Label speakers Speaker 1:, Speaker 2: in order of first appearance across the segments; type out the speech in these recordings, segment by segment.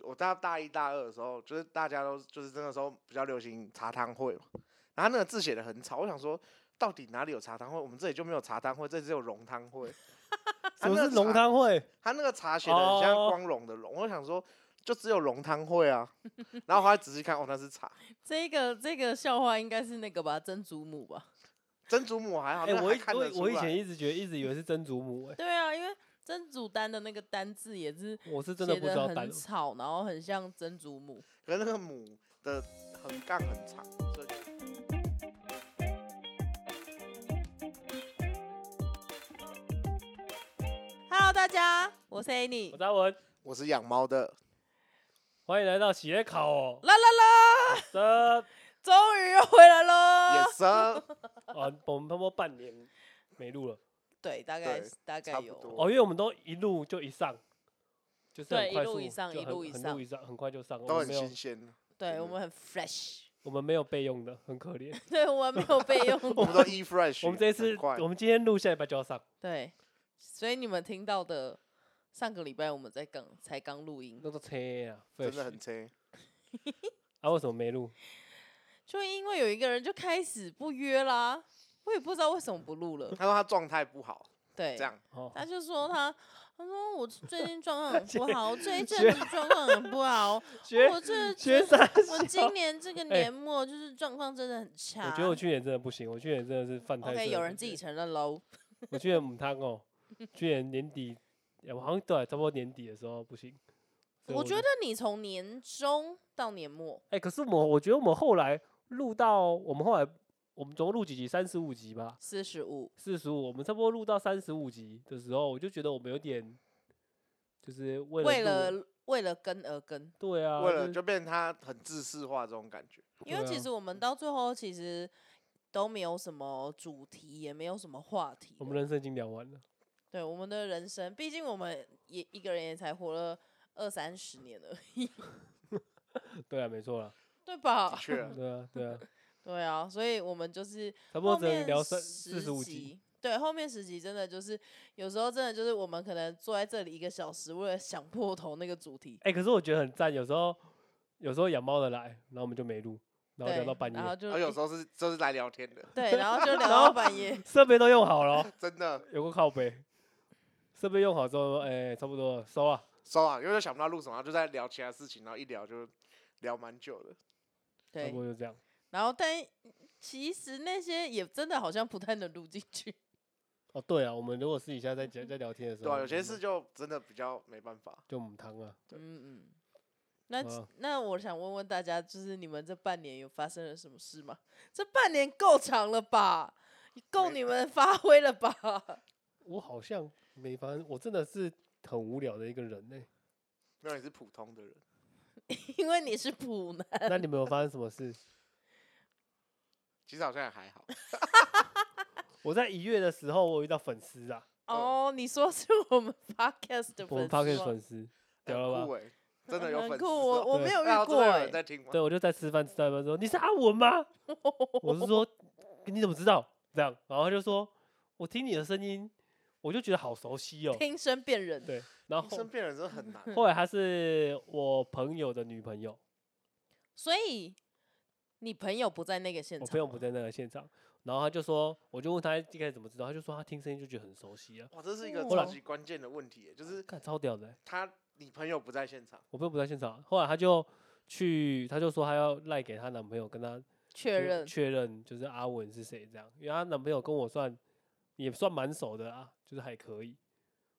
Speaker 1: 我到大一大二的时候，就是大家都就是那个时候比较流行茶汤会嘛，然后那个字写的很吵，我想说到底哪里有茶汤会？我们这里就没有茶汤会，这里只有浓汤 会。
Speaker 2: 什么
Speaker 1: 他那
Speaker 2: 是
Speaker 1: 个
Speaker 2: 龙
Speaker 1: 茶
Speaker 2: 汤会？
Speaker 1: 他那个茶写的很像
Speaker 2: 哦
Speaker 1: 光荣的荣，我想说就只有浓汤会啊，然后后来仔细看，哦，那是茶。
Speaker 3: 这个这个笑话应该是那个吧，曾祖母吧？
Speaker 1: 曾祖母还好，
Speaker 2: 哎、
Speaker 1: 啊那
Speaker 2: 我
Speaker 1: 还
Speaker 2: 以
Speaker 1: 看
Speaker 2: 我
Speaker 1: 得
Speaker 2: 以
Speaker 1: 出
Speaker 2: 我以
Speaker 1: 来。
Speaker 2: 前一直觉得，一直以为是曾祖母、哎，
Speaker 3: 对啊，因为曾祖丹的那个丹字也是
Speaker 2: 我是真的
Speaker 3: 写
Speaker 2: 不知道
Speaker 3: 的
Speaker 2: 丹
Speaker 3: 很吵，然后很像曾祖母。
Speaker 1: 可是那个母的横杠很长，所以
Speaker 3: Hello，大家，我是 Annie
Speaker 2: 我。张文，
Speaker 1: 我是养猫的。
Speaker 2: 欢迎来到斜考哦。
Speaker 3: 啦啦啦，
Speaker 2: 这
Speaker 3: 终于又回来
Speaker 1: 野
Speaker 3: 喽！
Speaker 1: 生，
Speaker 2: 啊， 我们差不多半年没录了
Speaker 3: 对，大概
Speaker 1: 对
Speaker 3: 大概
Speaker 1: 差不
Speaker 3: 有
Speaker 1: 多
Speaker 2: 哦，因为我们都一录就一上，就是
Speaker 3: 对
Speaker 2: 很快
Speaker 3: 一录
Speaker 2: 速
Speaker 3: 一上
Speaker 2: 就
Speaker 3: 一
Speaker 2: 很
Speaker 3: 录一
Speaker 2: 很
Speaker 3: 上
Speaker 2: 一上，很快就上，
Speaker 1: 都
Speaker 2: 我们
Speaker 1: 很
Speaker 2: 没有
Speaker 1: 新 鲜，
Speaker 3: 对我们很 fresh，
Speaker 2: 我们没有备用的，很可怜。
Speaker 3: 对我们没有备用
Speaker 1: 我们
Speaker 3: 的，
Speaker 1: 都 e fresh。
Speaker 2: 我们这一次，
Speaker 1: 快
Speaker 2: 我，们今天录，下礼拜就要上。
Speaker 3: 对，所以你们听到的上个礼拜我们在刚才刚录音，
Speaker 2: 那都车啊，
Speaker 1: 真的
Speaker 2: fresh
Speaker 1: 很催。
Speaker 2: 啊，为什么没录？
Speaker 3: 就因为有一个人就开始不约啦，我也不知道为什么不录了，
Speaker 1: 他说他状态不好，
Speaker 3: 对，
Speaker 1: 这样
Speaker 2: 哦，
Speaker 3: 他就说他，他说我最近状况很
Speaker 2: 学
Speaker 3: 不好，我这一阵
Speaker 2: 学
Speaker 3: 子状况很不好，
Speaker 2: 学
Speaker 3: 我这
Speaker 2: 学
Speaker 3: 这
Speaker 2: 啥
Speaker 3: 我
Speaker 2: 笑
Speaker 3: 今年这个年末就是状况真的很差。
Speaker 2: 我觉得我去年真的不行，我去年真的是犯太岁
Speaker 3: OK，
Speaker 2: 了。
Speaker 3: 有人自己承认喽。
Speaker 2: 我去年母汤哦，去年年底，哎我好像对，差不多年底的时候不行。所以
Speaker 3: 我觉
Speaker 2: 就
Speaker 3: 得，你从年中到年末，
Speaker 2: 哎、可是我我觉得我们后来录到我们后来我们总共录几集？三十五集吧，
Speaker 3: 四十五，
Speaker 2: 四十五。我们差不多录到三十五集的时候，我就觉得我们有点，就是为了
Speaker 3: 为
Speaker 2: 录
Speaker 3: 了为了跟而跟，
Speaker 2: 对啊，
Speaker 1: 为了
Speaker 2: 是
Speaker 1: 就变成他很自视化这种感觉。
Speaker 3: 因为
Speaker 2: 对
Speaker 3: 其
Speaker 2: 啊
Speaker 3: 实我们到最后其实都没有什么主题，也没有什么话题
Speaker 2: 我们
Speaker 3: 了。
Speaker 2: 人生已经聊完了。
Speaker 3: 对我们的人生，毕竟我们也一个人也才活了二三十年而已，
Speaker 2: 对啊，没错啦，
Speaker 3: 对
Speaker 1: 的
Speaker 3: 吧？
Speaker 1: 确啊，
Speaker 2: 对啊，对啊，
Speaker 3: 对啊，所以我们就是
Speaker 2: 差不多
Speaker 3: 后
Speaker 2: 只能
Speaker 3: 面
Speaker 2: 聊三四
Speaker 3: 十
Speaker 2: 十五集。
Speaker 3: 集。对，后面十集真的就是，有时候真的就是我们可能坐在这里一个小时，为了想破头那个主题，
Speaker 2: 哎、可是我觉得很赞，有时候有时候养猫的来，然后我们就没录，然后聊
Speaker 3: 对
Speaker 2: 到半夜
Speaker 3: 然，后 就
Speaker 1: 而有
Speaker 3: 一
Speaker 1: 时候是就是来聊天的，
Speaker 3: 对，然后就聊
Speaker 2: 然后
Speaker 3: 到半夜，
Speaker 2: 设备都用好了哦，
Speaker 1: 真的
Speaker 2: 有个靠背，设备用好之后，哎、差不多了收啊。
Speaker 1: 收啊，因为就想不到录什么，然后就在聊其他事情，然后一聊就聊蛮久的。
Speaker 2: 差
Speaker 3: 对
Speaker 2: 不，多就这样。
Speaker 3: 然后但其实那些也真的好像不太能录进 去，
Speaker 2: 哦，对啊，我们如果私底下在讲
Speaker 3: 嗯
Speaker 2: 在聊天的时
Speaker 1: 对
Speaker 2: 候，
Speaker 1: 啊，有些事
Speaker 2: 是
Speaker 1: 就真的比较没办法。
Speaker 2: 就母汤啊，
Speaker 1: 对
Speaker 3: 嗯嗯。那
Speaker 2: 好啊
Speaker 3: 那我想问问大家，就是你们这半年有发生了什么事吗？这半年够长了吧？够
Speaker 1: 没
Speaker 3: 你们发挥了吧？
Speaker 2: 我好像没发生，我真的是很无聊的一个人呢、
Speaker 1: 没有你是普通的人，
Speaker 3: 因为你是普男，
Speaker 2: 那你们有发生什么 事？
Speaker 1: 其实好像也还好。
Speaker 2: 我在一月的时候，我有遇到粉丝啊，
Speaker 1: 嗯
Speaker 3: 哦，你说是我们 podcast 的
Speaker 2: 我
Speaker 3: 粉
Speaker 2: 们
Speaker 3: 丝
Speaker 2: p a
Speaker 3: 啊
Speaker 2: r k
Speaker 3: 吗
Speaker 2: 粉丝，屌
Speaker 1: 很
Speaker 2: 了
Speaker 1: 酷
Speaker 2: 吧？
Speaker 1: 哎，真的有
Speaker 3: 很
Speaker 1: 粉丝
Speaker 3: 酷，
Speaker 1: 哦。
Speaker 3: 我我
Speaker 2: 对
Speaker 3: 没有
Speaker 1: 对啊真的
Speaker 3: 遇过
Speaker 1: 有
Speaker 3: 哎、
Speaker 1: 人在听吗？
Speaker 2: 对，我就在吃饭，吃到一半说你是阿文吗？ 我是说你怎么知道？这样，然后他就说我听你的声音，我就觉得好熟悉哦。
Speaker 3: 听声辨人，
Speaker 2: 对， 然
Speaker 1: 医
Speaker 2: 后。
Speaker 1: 生变人真的很难
Speaker 2: 后来她是我朋友的女朋友，
Speaker 3: 所以你朋友不在那个现
Speaker 2: 我
Speaker 3: 场，
Speaker 2: 朋友不在那个现场，然后他就说，我就问他一开始怎么知道，他就说他听声音就觉得很熟悉啊，
Speaker 1: 哇，这是一个
Speaker 3: 哦
Speaker 1: 超级关键的问题耶，就是
Speaker 2: 看超屌的欸、
Speaker 1: 他你朋友不在现场，
Speaker 2: 我朋友不在现场，后来他就去，他就说他要赖给她男朋友跟她
Speaker 3: 确认
Speaker 2: 确认就是阿文是谁这样，因为她男朋友跟我算也算蛮熟的啊，就是还可以，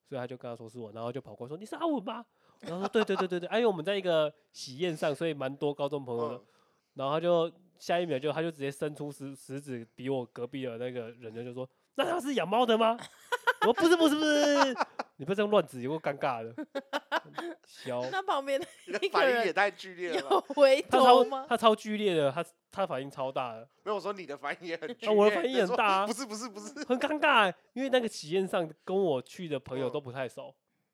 Speaker 2: 所以他就跟他说是我，然后就跑过来说你是阿文吗？然后说对对对对对，哎、因为我们在一个喜宴上，所以蛮多高中朋友的，
Speaker 1: 嗯，
Speaker 2: 然后他就下一秒就他就直接伸出食食指比我隔壁的那个人就就说：“那他是养猫的吗？” 我说：“不是不是不是， 你不要这样乱指，有够尴尬的。”小
Speaker 3: 那旁边的
Speaker 1: 你的
Speaker 3: 一个
Speaker 1: 反应
Speaker 3: 人
Speaker 1: 也太剧烈了
Speaker 3: 有
Speaker 1: 吧？
Speaker 3: 回
Speaker 2: 他
Speaker 3: 头
Speaker 2: 超
Speaker 3: 吗？
Speaker 2: 他超剧烈的，他他反应超大的，
Speaker 1: 没有我说你的反应也很剧
Speaker 2: 啊
Speaker 1: 烈，
Speaker 2: 我的反应
Speaker 1: 你
Speaker 2: 很
Speaker 1: 说
Speaker 2: 大啊
Speaker 1: 不是不是不是，
Speaker 2: 很尴尬欸、因为那个喜宴上跟我去的朋友
Speaker 1: 嗯
Speaker 2: 都不太熟，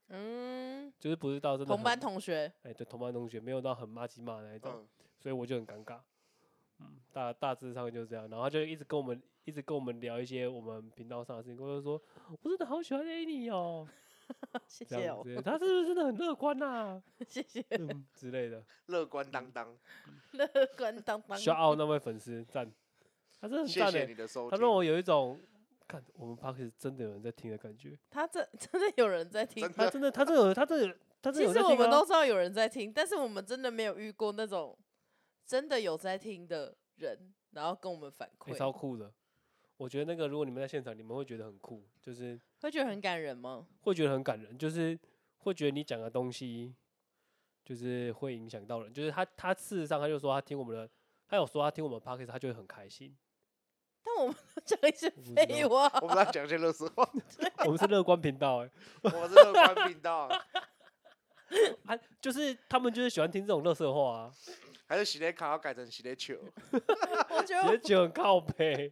Speaker 3: 嗯，
Speaker 2: 就是不是到真的
Speaker 3: 同班
Speaker 2: 很
Speaker 3: 同学，
Speaker 2: 哎、对同班同学没有到很骂鸡骂那一种，
Speaker 1: 嗯，
Speaker 2: 所以我就很尴尬。嗯，大大致上就是这样，然后他就一直跟我们一直跟我们聊一些我们频道上的事情，我就说我真的好喜欢 a n n 哦，
Speaker 3: 谢
Speaker 2: 这
Speaker 3: 谢
Speaker 2: 样
Speaker 3: 哦
Speaker 2: 子，之类的。他是不是真的很乐观呐、
Speaker 3: 谢谢
Speaker 2: 嗯之类的。
Speaker 1: 乐观当当，
Speaker 3: 乐观当当。
Speaker 2: 小奥那位粉丝赞，他真的很
Speaker 1: 谢
Speaker 2: 嗯赞
Speaker 1: 谢
Speaker 2: 诶、
Speaker 1: 你的收
Speaker 2: 他让
Speaker 1: 听。
Speaker 2: 我有一种看我们 p a r k 真的有人在听的感觉。
Speaker 3: 他真 真的有人在听
Speaker 1: 真，
Speaker 2: 他
Speaker 1: 的
Speaker 2: 真的，他真的有，他真的有，他真
Speaker 3: 其
Speaker 2: 的有
Speaker 3: 实
Speaker 2: 在
Speaker 3: 我
Speaker 2: 听
Speaker 3: 们
Speaker 2: 啊
Speaker 3: 都知道有人在听，但是我们真的没有遇过那种真的有在听的人，然后跟我们反
Speaker 2: 欸
Speaker 3: 馈，
Speaker 2: 超酷的。我觉得那个，如果你们在现场，你们会觉得很酷，就是
Speaker 3: 会觉得很感人吗？
Speaker 2: 会觉得很感人，就是会觉得你讲的东西，就是会影响到人。就是他，他事实上他就说他听我们的，他有说他听我们 p o d c a s t 他就会很开心。
Speaker 3: 但我们都讲一些
Speaker 2: 我不知
Speaker 3: 废
Speaker 2: 道
Speaker 3: 话，
Speaker 1: 我们在讲一些乐色话，
Speaker 2: 我们是乐观频道、欸，
Speaker 1: 我是乐观频道，
Speaker 2: 啊，就是他们就是喜欢听这种乐色话 啊，
Speaker 1: 还是洗脸卡要改成洗脸 球？
Speaker 3: 我觉
Speaker 2: 直接
Speaker 3: 得
Speaker 2: 觉得很靠背。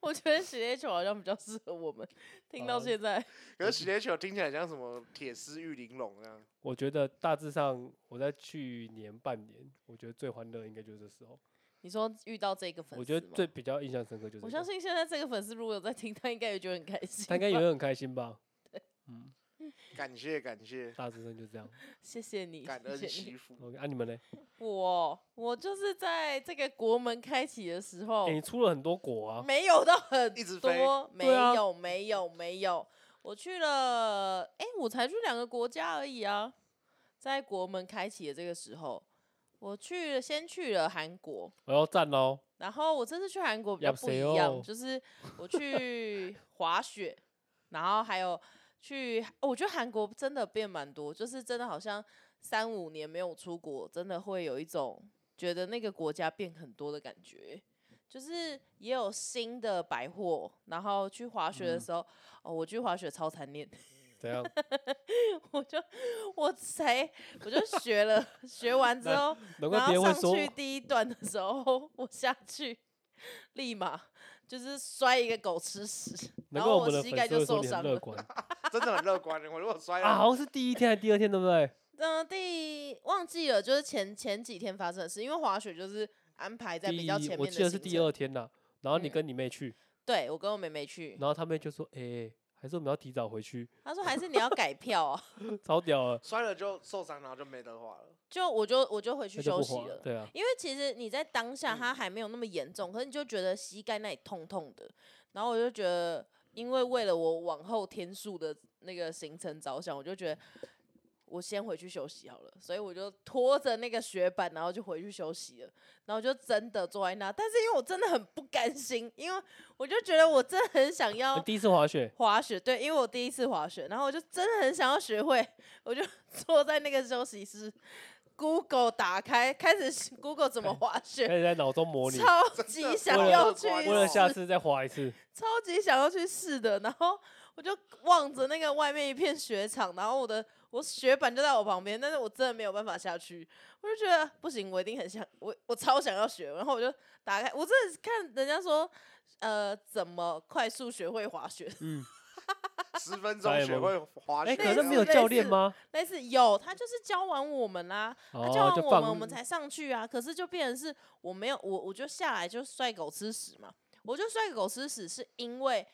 Speaker 3: 我觉得喜烈球好像比较适合我们，听到
Speaker 2: 好
Speaker 3: 现在
Speaker 1: 可是洗脸球听起来像什么铁丝玉玲珑那样。
Speaker 2: 我觉得大致上，我在去年半年，我觉得最欢乐应该就是这时候。
Speaker 3: 你说遇到这个粉丝吗，
Speaker 2: 我觉得最比较印象深刻就是、
Speaker 3: 我相，信现在这个粉丝如果有在听，他应该也觉得很开心吧。
Speaker 2: 他应该也会很开心 吧？嗯，
Speaker 1: 感谢感谢，
Speaker 2: 大致上就这样。
Speaker 3: 谢谢你，
Speaker 1: 感恩
Speaker 3: 谢谢你。
Speaker 1: 惜福。
Speaker 2: OK，啊，你们呢？
Speaker 3: 我我就是在这个国门开启的时候，
Speaker 2: 欸你出了很多果啊，
Speaker 3: 没有到很
Speaker 1: 一直飞
Speaker 3: 多，没
Speaker 2: 对啊
Speaker 3: 有、没有没有，我去了，哎、我才去两个国家而已啊，在国门开启的这个时候，我去了，先去了韩国，
Speaker 2: 我要赞哦喽！
Speaker 3: 然后我这次去韩国比较
Speaker 2: 呀
Speaker 3: 不一
Speaker 2: 谁
Speaker 3: 样，
Speaker 2: 哦
Speaker 3: 就是我 去滑雪，然后还有去，哦我觉得韩国真的变蛮多，就是真的好像三五年没有出国，真的会有一种觉得那个国家变很多的感觉。就是也有新的百货，然后去滑
Speaker 2: 嗯
Speaker 3: 雪的时候，哦，我去滑雪超残念，
Speaker 2: 怎样？
Speaker 3: 我就我才我就学了，学完之
Speaker 2: 那
Speaker 3: 后，
Speaker 2: 难怪
Speaker 3: 然
Speaker 2: 别人
Speaker 3: 后
Speaker 2: 会
Speaker 3: 上
Speaker 2: 说
Speaker 3: 去第一段的时候， 我下去立马就是摔一个狗吃屎，
Speaker 2: 难怪
Speaker 3: 然后
Speaker 2: 我们的
Speaker 3: 膝
Speaker 2: 粉
Speaker 3: 盖
Speaker 2: 丝
Speaker 3: 就
Speaker 2: 会说
Speaker 3: 受
Speaker 2: 你
Speaker 3: 伤
Speaker 2: 很乐
Speaker 3: 了。
Speaker 2: 观
Speaker 1: 真的很乐观的。我如果摔
Speaker 2: 啊，
Speaker 1: 了，
Speaker 2: 好像是第一天还是第二天，对不对？
Speaker 3: 嗯、第忘记了，就是前前几天发生的事，因为滑雪就是安排在比
Speaker 2: 第
Speaker 3: 较前面
Speaker 2: 一，
Speaker 3: 的
Speaker 2: 我记得是
Speaker 3: 行
Speaker 2: 第
Speaker 3: 程
Speaker 2: 二天啦。然后你
Speaker 3: 嗯
Speaker 2: 跟你妹去，
Speaker 3: 对我跟我妹妹去，
Speaker 2: 然后他妹就说：“哎、欸，还是我们要提早回去，
Speaker 3: 她说还是你要改票啊，
Speaker 2: 超屌了，
Speaker 1: 摔了就受伤，然后就没得滑了。
Speaker 3: 就我就我就回去
Speaker 2: 那就
Speaker 3: 休
Speaker 2: 不
Speaker 3: 息
Speaker 2: 滑
Speaker 3: 了。
Speaker 2: 对啊，嗯
Speaker 3: 因为其实你在当下它还没有那么严重，可是你就觉得膝盖那里痛痛的，然后我就觉得，因为为了我往后天数的那个行程着想，我就觉得我先回去休息好了，所以我就拖着那个雪板，然后就回去休息了，然后就真的坐在那，但是因为我真的很不甘心，因为我就觉得我真的很想要
Speaker 2: 你第一次滑 雪，
Speaker 3: 滑雪，对，因为我第一次滑雪，然后我就真的很想要学会，我就 坐在那个休息室，Google 打开，开始 Google 怎么滑雪，
Speaker 2: 开始在脑中哎模拟，
Speaker 3: 超
Speaker 1: 真
Speaker 3: 级
Speaker 1: 的
Speaker 3: 想
Speaker 2: 为了
Speaker 3: 要去
Speaker 1: 为
Speaker 2: 为了下
Speaker 3: 试，
Speaker 2: 次再滑一次。
Speaker 3: 超级想要去试的，然后我就望着那个外面一片雪场，然后我的我雪板就在我旁边，但是我真的没有办法下去，我就觉得不行，我一定很想，我我超想要学，然后我就打开，我真的是看人家说，呃，怎么快速学会滑雪。
Speaker 2: 嗯，
Speaker 1: 十分
Speaker 2: 啥
Speaker 1: 钟
Speaker 2: 也
Speaker 1: 学
Speaker 2: 没
Speaker 1: 会滑
Speaker 2: 哎、
Speaker 1: 雪，
Speaker 2: 可
Speaker 3: 类
Speaker 2: 是没有
Speaker 3: 似类
Speaker 2: 教练
Speaker 3: 似
Speaker 2: 吗？
Speaker 3: 类似有，他就是教完我们啦，他教
Speaker 2: 哦，
Speaker 3: 完
Speaker 2: 就
Speaker 3: 我
Speaker 2: 放
Speaker 3: 们，我们才上去啊。可是就变成是我没有我，我就下来就摔狗吃屎嘛。我就摔狗吃屎是因为，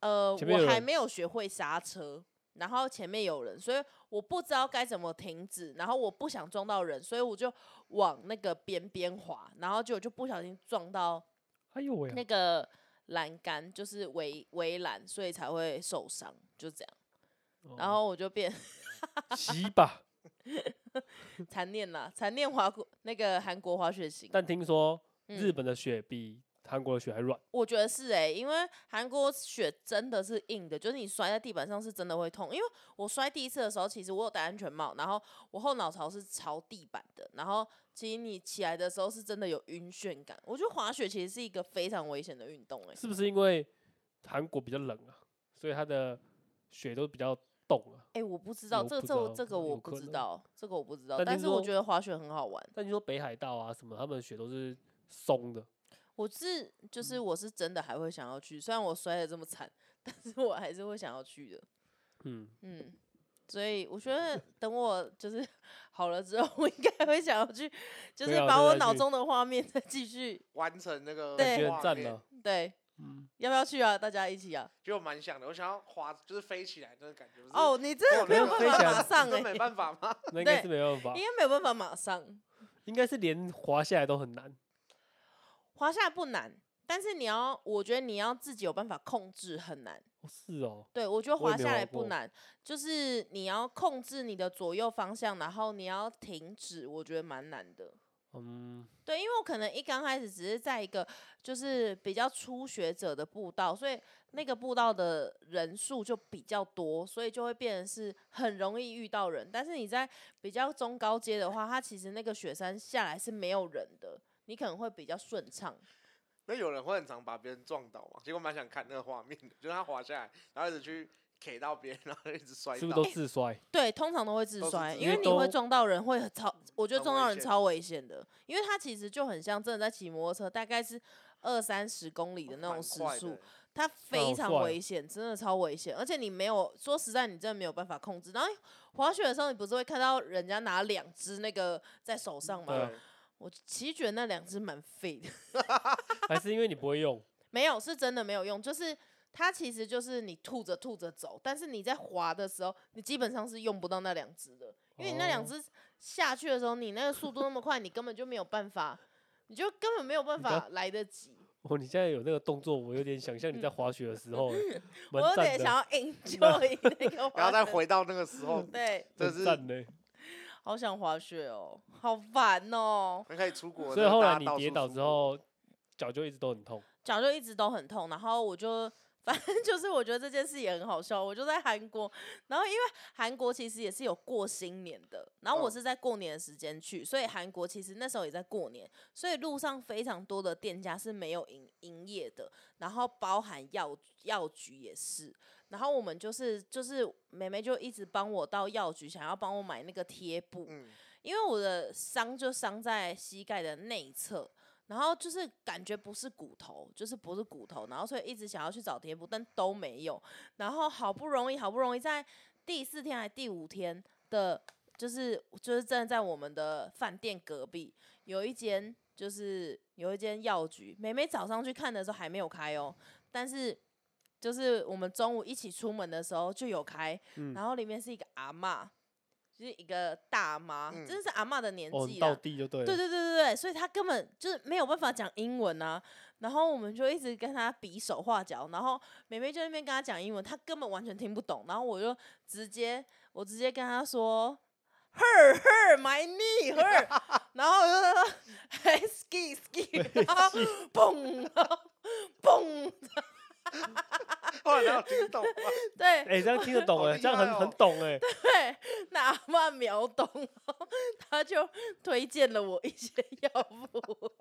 Speaker 3: 呃，
Speaker 2: 前面有
Speaker 3: 我还
Speaker 2: 人
Speaker 3: 没有学会刹车，然后前面有人，所以我不知道该怎么停止，然后我不想撞到人，所以我就往那个边边滑，然后就就不小心撞到
Speaker 2: 哎呦喂啊、
Speaker 3: 那个栏杆，就是围围栏，所以才会受伤，就这样。然
Speaker 2: 哦
Speaker 3: 后我就变
Speaker 2: 骑吧。
Speaker 3: 残念啦，残念滑国那个韩国滑雪行，
Speaker 2: 但听说
Speaker 3: 嗯
Speaker 2: 日本的雪比韩国的雪还软，
Speaker 3: 我觉得是诶、因为韩国雪真的是硬的，就是你摔在地板上是真的会痛。因为我摔第一次的时候，其实我有戴安全帽，然后我后脑勺是朝地板的，然后其实你起来的时候是真的有晕眩感。我觉得滑雪其实是一个非常危险的运动欸诶、
Speaker 2: 是不是因为韩国比较冷啊，所以它的雪都比较冻啊？
Speaker 3: 诶、欸我不知道
Speaker 2: 有不
Speaker 3: 这这
Speaker 2: 知
Speaker 3: 我
Speaker 2: 道
Speaker 3: 这个
Speaker 2: 有
Speaker 3: 我
Speaker 2: 可
Speaker 3: 不知
Speaker 2: 能
Speaker 3: 道，这个我不知道，
Speaker 2: 但
Speaker 3: 但
Speaker 2: 听
Speaker 3: 是我
Speaker 2: 说
Speaker 3: 觉得滑雪很好玩。
Speaker 2: 但你说北海道啊什么，他们的雪都是松的，
Speaker 3: 我是就是
Speaker 2: 嗯
Speaker 3: 我是真的还会想要去，虽然我摔得这么惨， 但是我还是会想要去的。
Speaker 2: 嗯，
Speaker 3: 嗯，所以我觉得等我就是 好了之后，我应该会想要去，就
Speaker 2: 对
Speaker 3: 是
Speaker 2: 啊
Speaker 3: 把
Speaker 2: 对
Speaker 3: 我
Speaker 2: 再
Speaker 3: 脑
Speaker 2: 去
Speaker 3: 中的画面再继续
Speaker 1: 完成那个
Speaker 3: 对
Speaker 2: 觉得
Speaker 1: 画
Speaker 2: 很赞啊嗯
Speaker 1: 面
Speaker 2: 了。
Speaker 3: 对要不要去啊？大家一起啊！
Speaker 1: 就蛮想的。我想要滑，就是飞起来那个感觉。不是，
Speaker 3: 哦，你真的
Speaker 1: 我
Speaker 3: 没有办
Speaker 2: 飞
Speaker 3: 法
Speaker 2: 起来
Speaker 3: 马上
Speaker 1: 你都
Speaker 2: 欸
Speaker 3: 哎、
Speaker 1: 没办法吗？
Speaker 2: 那应该
Speaker 3: 对
Speaker 2: 是没办法
Speaker 3: 应，该没有办法马上。
Speaker 2: 应该是连滑下来都很难。
Speaker 3: 滑下来不难，但是你要，我觉得你要自己有办法控制很难。
Speaker 2: 哦是哦，
Speaker 3: 对，我觉得
Speaker 2: 我也
Speaker 3: 滑
Speaker 2: 没
Speaker 3: 下
Speaker 2: 滑
Speaker 3: 来不
Speaker 2: 过
Speaker 3: 难，就是你要控制你的左右方向，然后你要停止，我觉得蛮难的。
Speaker 2: 嗯，
Speaker 3: 对，因为我可能一刚开始只是在一个就是比较初学者的步道，所以那个步道的人数就比较多，所以就会变成是很容易遇到人。但是你在比较中高阶的话，它其实那个雪山下来是没有人的，你可能会比较顺畅。
Speaker 1: 那有人会很常把别人撞倒嘛？结果蛮想看那个画面的，就是他滑下来，然后一直去 K 到别人，然后一直摔
Speaker 2: 是不是
Speaker 1: 倒
Speaker 2: 都。自摔？
Speaker 3: 对，通常都会自
Speaker 1: 都是
Speaker 3: 摔，
Speaker 1: 自
Speaker 3: 因为
Speaker 2: 摔
Speaker 3: 你会
Speaker 2: 都
Speaker 3: 撞到人，会很超，我觉得
Speaker 1: 很
Speaker 3: 撞
Speaker 1: 危
Speaker 3: 到人
Speaker 1: 险
Speaker 3: 超危险的，因为它其实就很像真的在骑摩托车，大概是二三十公里的那种
Speaker 1: 哦蛮
Speaker 3: 时
Speaker 1: 快
Speaker 3: 速
Speaker 1: 的，，
Speaker 3: 它非
Speaker 2: 好
Speaker 3: 常
Speaker 2: 帅
Speaker 3: 危险，真的超危险，而且你没有，说实在，你真的没有办法控制。然后滑雪的时候，你不是会看到人家拿两只那个在手上
Speaker 2: 对
Speaker 3: 吗
Speaker 2: 啊？
Speaker 3: 我其实觉得那两只蛮废的，
Speaker 2: 还是因为你不会用？
Speaker 3: 没有，是真的没有用，就是。它其实就是你吐着吐着走，但是你在滑的时候，你基本上是用不到那两只的，因为你那两
Speaker 2: 哦
Speaker 3: 只下去的时候，你那个速度那么快，你根本就没有办法，你就根本没有办
Speaker 2: 你知道
Speaker 3: 法来得及。
Speaker 2: 哦，你现在有那个动作，我有点想象你在滑雪的时 候欸，
Speaker 3: 我
Speaker 2: 蛮
Speaker 3: 有
Speaker 2: 赞
Speaker 3: 点
Speaker 2: 的，
Speaker 3: 想要 enjoy 那 个滑，
Speaker 1: 然后再，回到那个时候，
Speaker 3: 对，
Speaker 1: 这
Speaker 2: 很
Speaker 1: 是
Speaker 2: 赞呢。
Speaker 3: 好想滑雪哦，好烦哦，
Speaker 1: 可以出国。
Speaker 2: 所以后来你跌倒之，后，脚就一直都很痛。
Speaker 3: 脚就一直都很痛，然后我就。反正就是，我觉得这件事也很好笑。我就在韩国，然后因为韩国其实也是有过新年的，然后我
Speaker 1: 嗯
Speaker 3: 是在过年的时间去，所以韩国其实那时候也在过年，所以路上非常多的店家是没有营营业的，然后包含药药局也是。然后我们就是就是妹妹就一直帮我到药局，想要帮我买那个贴布，
Speaker 1: 嗯，
Speaker 3: 因为我的伤就伤在膝盖的内侧，然后就是感觉不是骨头，就是不是骨头，然后所以一直想要去找贴布，但都没有。然后好不容易，好不容易在第四天还第五天的，就是就是真的在我们的饭店隔壁有一间，就是有一间药局。每每早上去看的时候还没有开哦，但是。就是我们中午一起出门的时候就有开，
Speaker 2: 嗯
Speaker 3: 然后里面是一个阿嬷，就是一个大妈，
Speaker 1: 嗯
Speaker 3: 真的是阿嬷的年
Speaker 2: 哦，
Speaker 3: 纪啦。
Speaker 2: 到地就对了。
Speaker 3: 啊对对对对对，所以她根本就是没有办法讲英文啊。然后我们就一直跟她比手画脚，然后妹妹就在那边跟她讲英文，她根本完全听不懂。然后我就直接我直接跟她说，her her my knee her，然后我就说哎 ski ski，然后嘣，然后嘣，
Speaker 1: 后来哪有听懂啊？
Speaker 3: 对，
Speaker 2: 哎，这样听得懂
Speaker 1: 好
Speaker 2: 哎，
Speaker 1: 厉
Speaker 2: 这样很
Speaker 1: 害
Speaker 2: 很
Speaker 1: 哦
Speaker 2: 懂哎。
Speaker 3: 对，那阿嬷秒懂，然后他就推荐了我一些 药物。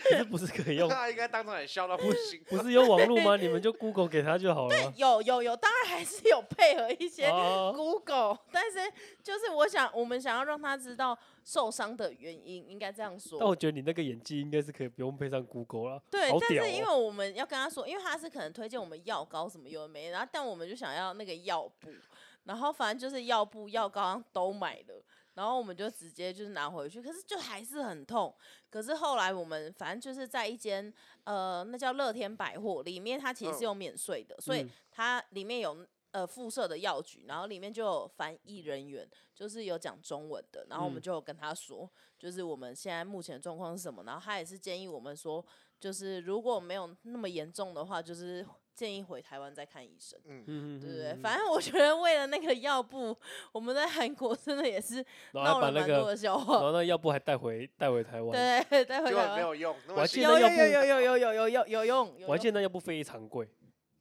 Speaker 2: 可是不是可以用？
Speaker 1: 那应该当场也笑到不行。
Speaker 2: 不是有网络 吗？你们就 Google 给他就好了。
Speaker 3: 有有有，当然还是有配合一些
Speaker 2: 哦，
Speaker 3: Google，但 是就是我想，我们想要让他知道受伤的原因，应该这样
Speaker 2: 但我
Speaker 3: 说。
Speaker 2: 觉得你那个演技应该是可以不用配上 Google 了。
Speaker 3: 对，
Speaker 2: 好
Speaker 3: 但
Speaker 2: 屌
Speaker 3: 是因为
Speaker 2: 哦！
Speaker 3: 我们要跟他说，因为他是可能推荐我们药膏什么有的没的，然后但我们就想要那个药布，然后反正就是药布、药膏好像都买了，然后我们就直接就是拿回去，可是就还是很痛。可是后来我们反正就是在一间呃，那叫乐天百货里面，它其实是
Speaker 1: 嗯
Speaker 3: 有免税的，所以
Speaker 2: 嗯
Speaker 3: 它里面有呃附设的药局，然后里面就有翻译人员，就是有讲中文的，然后我们
Speaker 2: 嗯
Speaker 3: 就有跟他说，就是我们现在目前的状况是什么，然后他也是建议我们说，就是如果没有那么严重的话，就是建议回台湾再看医生。
Speaker 1: 嗯，
Speaker 2: 嗯，嗯
Speaker 3: 对不对？反正我觉得为了那个药布，我们在韩国真的也是
Speaker 2: 然后
Speaker 3: 闹
Speaker 2: 还把
Speaker 3: 了
Speaker 2: 那
Speaker 3: 蛮多
Speaker 2: 个，
Speaker 3: 的笑
Speaker 2: 然
Speaker 3: 话。
Speaker 2: 后那要不还带回带回台湾？
Speaker 3: 对，待会
Speaker 1: 结果
Speaker 3: 台湾
Speaker 1: 没有用。那
Speaker 2: 我
Speaker 1: 么
Speaker 2: 还记
Speaker 1: 幸运
Speaker 2: 得
Speaker 3: 有有
Speaker 2: 药布
Speaker 3: 有有有有有有有用，有
Speaker 2: 我还
Speaker 3: 用
Speaker 2: 记得那药布非常贵，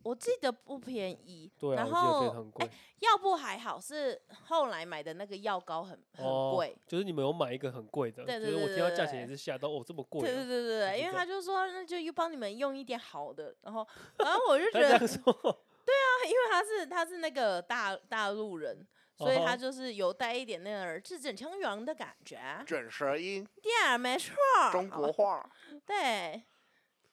Speaker 3: 我记得不便宜，
Speaker 2: 对啊，我
Speaker 3: 然
Speaker 2: 记得非
Speaker 3: 后哎
Speaker 2: 常贵。
Speaker 3: 药布还好，是后来买的那个药膏很很
Speaker 2: 哦
Speaker 3: 贵，，
Speaker 2: 就是你们有买一个很贵的，
Speaker 3: 对
Speaker 2: 就
Speaker 3: 对
Speaker 2: 是我
Speaker 3: 对
Speaker 2: 听到
Speaker 3: 对
Speaker 2: 价钱也
Speaker 3: 对
Speaker 2: 是吓到，哦，这么贵
Speaker 3: 对对
Speaker 2: 啊。
Speaker 3: 对对
Speaker 2: 不
Speaker 3: 对，因
Speaker 2: 知
Speaker 3: 为
Speaker 2: 道
Speaker 3: 他就说那就又帮你们用一点好的，然后然后我就觉
Speaker 2: 他这
Speaker 3: 得，因
Speaker 2: 样说，
Speaker 3: 为他是他是那个大大陆人，
Speaker 1: 嗯
Speaker 3: 所以
Speaker 2: 哦
Speaker 3: 他
Speaker 2: 吼
Speaker 3: 就是有带一点那个字正腔圆的感觉，
Speaker 1: 卷舌音，
Speaker 3: 对，没错，
Speaker 1: 中
Speaker 3: 好
Speaker 1: 国话。
Speaker 3: 对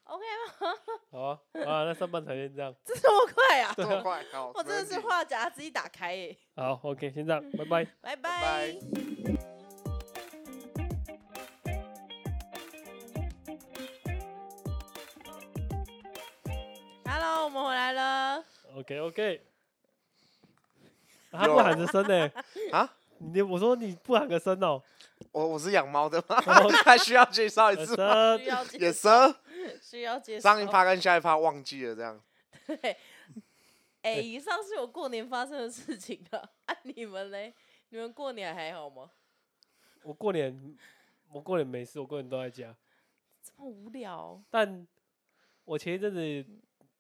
Speaker 3: ，OK 吗？
Speaker 2: 好啊，啊，那上半场先这样，
Speaker 3: 这么快啊！
Speaker 1: 这么快，好，
Speaker 3: 我真的是
Speaker 1: 没问题
Speaker 3: 话匣子一打开耶，
Speaker 2: 好，OK，先这样，拜拜。
Speaker 3: 拜
Speaker 1: 拜拜
Speaker 3: 拜。我们回来了。
Speaker 2: OK OK，、他
Speaker 1: 有
Speaker 2: 不喊个声呢、
Speaker 1: 啊？
Speaker 2: 你我说你不喊个声哦、
Speaker 1: 我我是养猫的 吗？还需要介绍一
Speaker 2: 喊
Speaker 1: 次吗？
Speaker 3: 需
Speaker 2: 声
Speaker 3: 要介
Speaker 1: 呃也是，哦
Speaker 3: 需要介绍。
Speaker 1: 上一趴跟下一趴忘记了这样。
Speaker 3: 哎、
Speaker 2: 对
Speaker 3: 以上是我过年发生的事情啊。 啊，你们嘞？你们过年还好吗？
Speaker 2: 我过年我过年没事，我过年都在家。
Speaker 3: 这么无聊哦、
Speaker 2: 但我前一阵子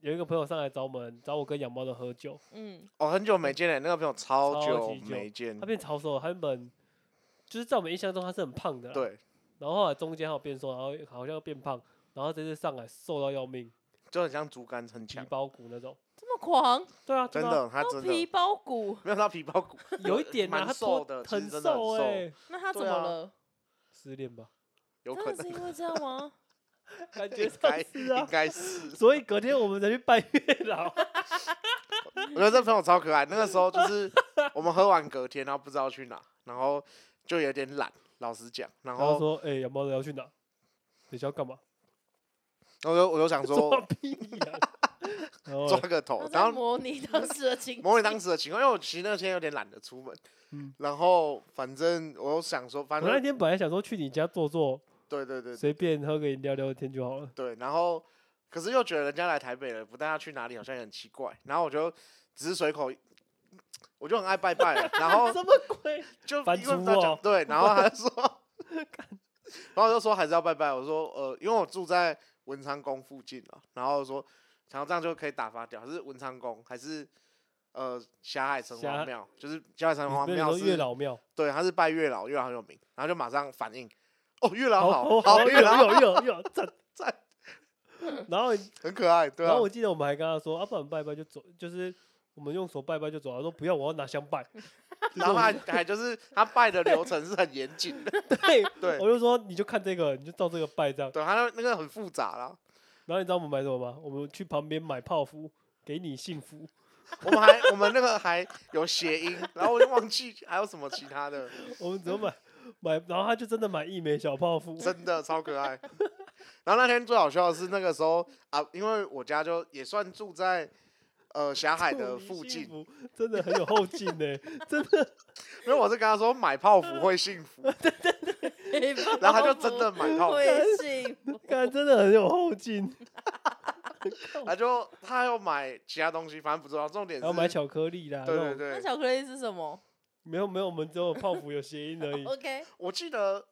Speaker 2: 有一个朋友上来找我们，找我跟养猫的喝酒，
Speaker 3: 嗯，
Speaker 1: 我、哦很久没见了，那个朋友超
Speaker 2: 超
Speaker 1: 久
Speaker 2: 级久
Speaker 1: 没见
Speaker 2: 他，变超瘦了，他原本就是在我们印象中他是很胖的，，
Speaker 1: 对，
Speaker 2: 然后后来中间还有变瘦，然后好像又变胖，然后这次上来瘦到要命，
Speaker 1: 就很像竹竿很
Speaker 2: 皮
Speaker 1: 强，
Speaker 2: 包骨那种。
Speaker 3: 这么狂，
Speaker 2: 对啊，对
Speaker 1: 真
Speaker 2: 啊，
Speaker 1: 的，他
Speaker 3: 都
Speaker 1: 真
Speaker 3: 皮
Speaker 1: 的
Speaker 3: 包骨，
Speaker 1: 没有到皮包骨，
Speaker 2: 有一点啊，
Speaker 1: 蛮
Speaker 2: 他
Speaker 1: 瘦
Speaker 2: 脱
Speaker 1: 的，其实
Speaker 2: 很
Speaker 1: 真的很
Speaker 2: 瘦哎、
Speaker 1: 瘦，
Speaker 3: 那他怎
Speaker 1: 对
Speaker 3: 么
Speaker 1: 啊
Speaker 3: 了？
Speaker 2: 失恋吧，
Speaker 1: 有可
Speaker 3: 真的
Speaker 1: 能
Speaker 3: 是因为这样 吗？
Speaker 2: 感觉
Speaker 1: 应
Speaker 2: 上
Speaker 1: 该
Speaker 2: 是啊
Speaker 1: 应。该 是。
Speaker 2: 所以隔天我们才去拜月老，
Speaker 1: 我觉得这朋友超可爱。那个时候就是我们喝完隔天，然后不知道去哪，然后就有点懒，老实讲。然
Speaker 2: 然后
Speaker 1: 后
Speaker 2: 说：“哎、养猫的要去哪？等一下要干嘛
Speaker 1: 我就我就？”想
Speaker 2: 抓
Speaker 1: 说
Speaker 2: 屁呀、啊然后
Speaker 1: 抓
Speaker 2: 嘞
Speaker 1: 个头
Speaker 3: 他，在
Speaker 1: 哦然后
Speaker 3: 模拟当时的情景，
Speaker 1: 模拟当时的情况，因为我其实那天有点懒得出门。
Speaker 2: 嗯
Speaker 1: 然后反正我又想说，反
Speaker 2: 我那
Speaker 1: 正
Speaker 2: 天本来想说去你家坐坐，
Speaker 1: 对对对
Speaker 2: 随便喝个饮料聊天就好了。
Speaker 1: 对，然后可是又觉得人家来台北了，不带他去哪里好像也很奇怪。然后我就只是随口，我就很爱拜拜了，然 后
Speaker 2: 什么鬼？
Speaker 1: 就
Speaker 2: 翻
Speaker 1: 因为
Speaker 2: 猪
Speaker 1: 他讲
Speaker 2: 哦
Speaker 1: 对，然后他 就说，然后我就说还是要拜拜。我说呃，因为我住在文昌宫附近啊，然后说然后这样就可以打发掉，是文昌宫还是呃霞海城
Speaker 2: 霞
Speaker 1: 隍庙？就是霞海城隍
Speaker 2: 你
Speaker 1: 庙
Speaker 2: 说月
Speaker 1: 是，
Speaker 2: 老庙，
Speaker 1: 对，他是拜月老，月老很有名，然后就马上反应，哦，月老好，
Speaker 2: 好
Speaker 1: 好，
Speaker 2: 月
Speaker 1: 月老
Speaker 2: 老
Speaker 1: 好
Speaker 2: 月老月 老赞
Speaker 1: 赞。
Speaker 2: 然后
Speaker 1: 很可爱，对
Speaker 2: 然
Speaker 1: 啊
Speaker 2: 后，我记得我们还跟他说：“啊，不然拜拜就走，就是我们用手拜拜就走。”他说：“不要，我要拿香 拜。
Speaker 1: 然后他还就是他拜的流程是很严谨的，”
Speaker 2: 对，
Speaker 1: 对
Speaker 2: 我就说你就看这个，你就照这个拜这样。
Speaker 1: 对，他那那个很复杂啦。
Speaker 2: 然后你知道我们买什么吗？我们去旁边买泡芙，给你幸福。
Speaker 1: 我们还我们那个还有谐音，然后我就忘记还有什么其他的。
Speaker 2: 我们怎么买？买，然后他就真的买一枚小泡芙，
Speaker 1: 真的超可爱。然后那天最好笑的是那个时候啊，因为我家就也算住在呃霞海的
Speaker 2: 祝你
Speaker 1: 附
Speaker 2: 幸
Speaker 1: 近，
Speaker 2: 福，真的很有后劲呢、真的。
Speaker 1: 因为我是跟他说买泡芙会幸 福， 然后他就真的买泡芙，
Speaker 3: 会信，
Speaker 2: 看，真的很有后劲。
Speaker 1: 他就他要买其他东西，反正不重要，重点
Speaker 2: 然后买
Speaker 1: 是
Speaker 2: 巧克力啦，
Speaker 1: 对
Speaker 2: 那
Speaker 1: 对
Speaker 2: 种
Speaker 3: 那
Speaker 1: 对，
Speaker 3: 巧克力是什么
Speaker 2: 没有没有，我们只有泡芙有谐音而已。
Speaker 3: ？OK，
Speaker 1: 我记得，